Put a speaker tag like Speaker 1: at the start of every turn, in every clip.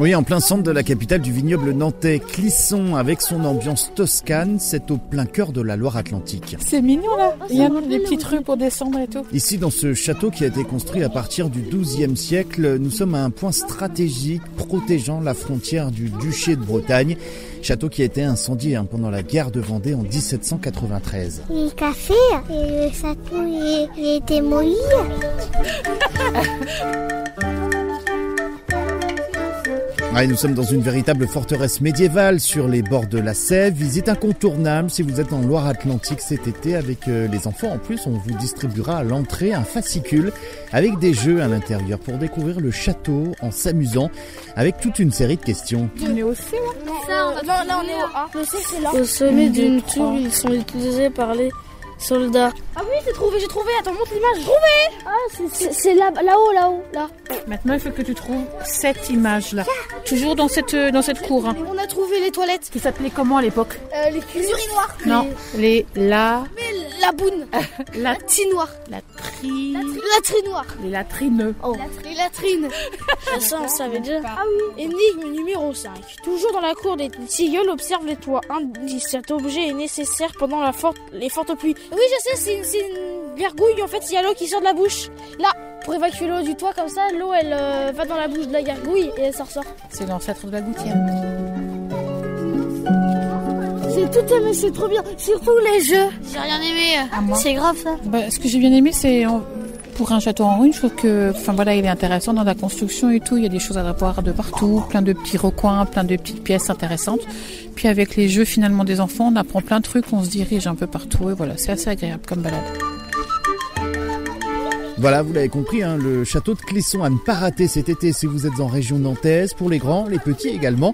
Speaker 1: Oui, en plein centre de la capitale du vignoble nantais, Clisson, avec son ambiance toscane, c'est au plein cœur de la Loire-Atlantique.
Speaker 2: C'est mignon là.
Speaker 3: Ah,
Speaker 2: Il y a des petites rues pour descendre et tout.
Speaker 1: Ici, dans ce château qui a été construit à partir du XIIe siècle, nous sommes à un point stratégique protégeant la frontière du duché de Bretagne, château qui a été incendié hein, pendant la guerre de Vendée en 1793.
Speaker 4: Le café et le château il, il est démoli.
Speaker 1: Ouais, nous sommes dans une véritable forteresse médiévale sur les bords de la Sève. Visite incontournable si vous êtes en Loire-Atlantique cet été avec euh, les enfants. En plus, on vous distribuera à l'entrée un fascicule avec des jeux à l'intérieur pour découvrir le château en s'amusant avec toute une série de questions.
Speaker 2: On est au C, là
Speaker 3: Ça, on va là, on est au A. Le C, c'est là.
Speaker 5: Au sommet d'une tour, ils sont utilisés par les soldats.
Speaker 3: Ah oui, j'ai trouvé, j'ai trouvé. Attends, montre l'image. Trouvé
Speaker 5: C'est c'est là- là-haut, là-haut, là.
Speaker 2: Maintenant, il faut que tu trouves cette image là. Toujours dans cette, dans cette cour. hein,
Speaker 3: On a trouvé les toilettes.
Speaker 2: Qui s'appelait comment à l'époque
Speaker 3: Euh, les les urinoirs.
Speaker 2: Non, les la,
Speaker 3: Mais la boune.
Speaker 2: la,
Speaker 3: Tinoir.
Speaker 2: la tri,
Speaker 3: La trinoir.
Speaker 2: les latrineux.
Speaker 3: Les latrines.
Speaker 6: Ah,
Speaker 5: Ça, on savait déjà.
Speaker 6: Énigme numéro 5. Toujours dans la cour des tilleuls, observe les toits. Indice, cet objet est nécessaire pendant la forte, les fortes pluies. Oui, je sais, c'est une, c'est une gargouille. En fait, il y a l'eau qui sort de la bouche. Là, pour évacuer l'eau du toit comme ça, l'eau, elle euh, va dans la bouche de la gargouille et elle s'en ressort.
Speaker 2: C'est l'ancêtre de la gouttière.
Speaker 5: J'ai tout aimé, c'est trop bien. Surtout les jeux.
Speaker 3: J'ai rien aimé.
Speaker 2: À moi.
Speaker 5: C'est grave, ça.
Speaker 2: Bah, ce que j'ai bien aimé, c'est en- pour un château en ruine, je trouve que, enfin voilà, il est intéressant dans la construction et tout. Il y a des choses à voir de partout, plein de petits recoins, plein de petites pièces intéressantes. Puis avec les jeux finalement des enfants, on apprend plein de trucs, on se dirige un peu partout et voilà, c'est assez agréable comme balade.
Speaker 1: Voilà, vous l'avez compris, hein, le château de Clisson à ne pas rater cet été si vous êtes en région nantaise, pour les grands, les petits également.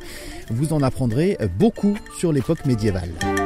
Speaker 1: Vous en apprendrez beaucoup sur l'époque médiévale.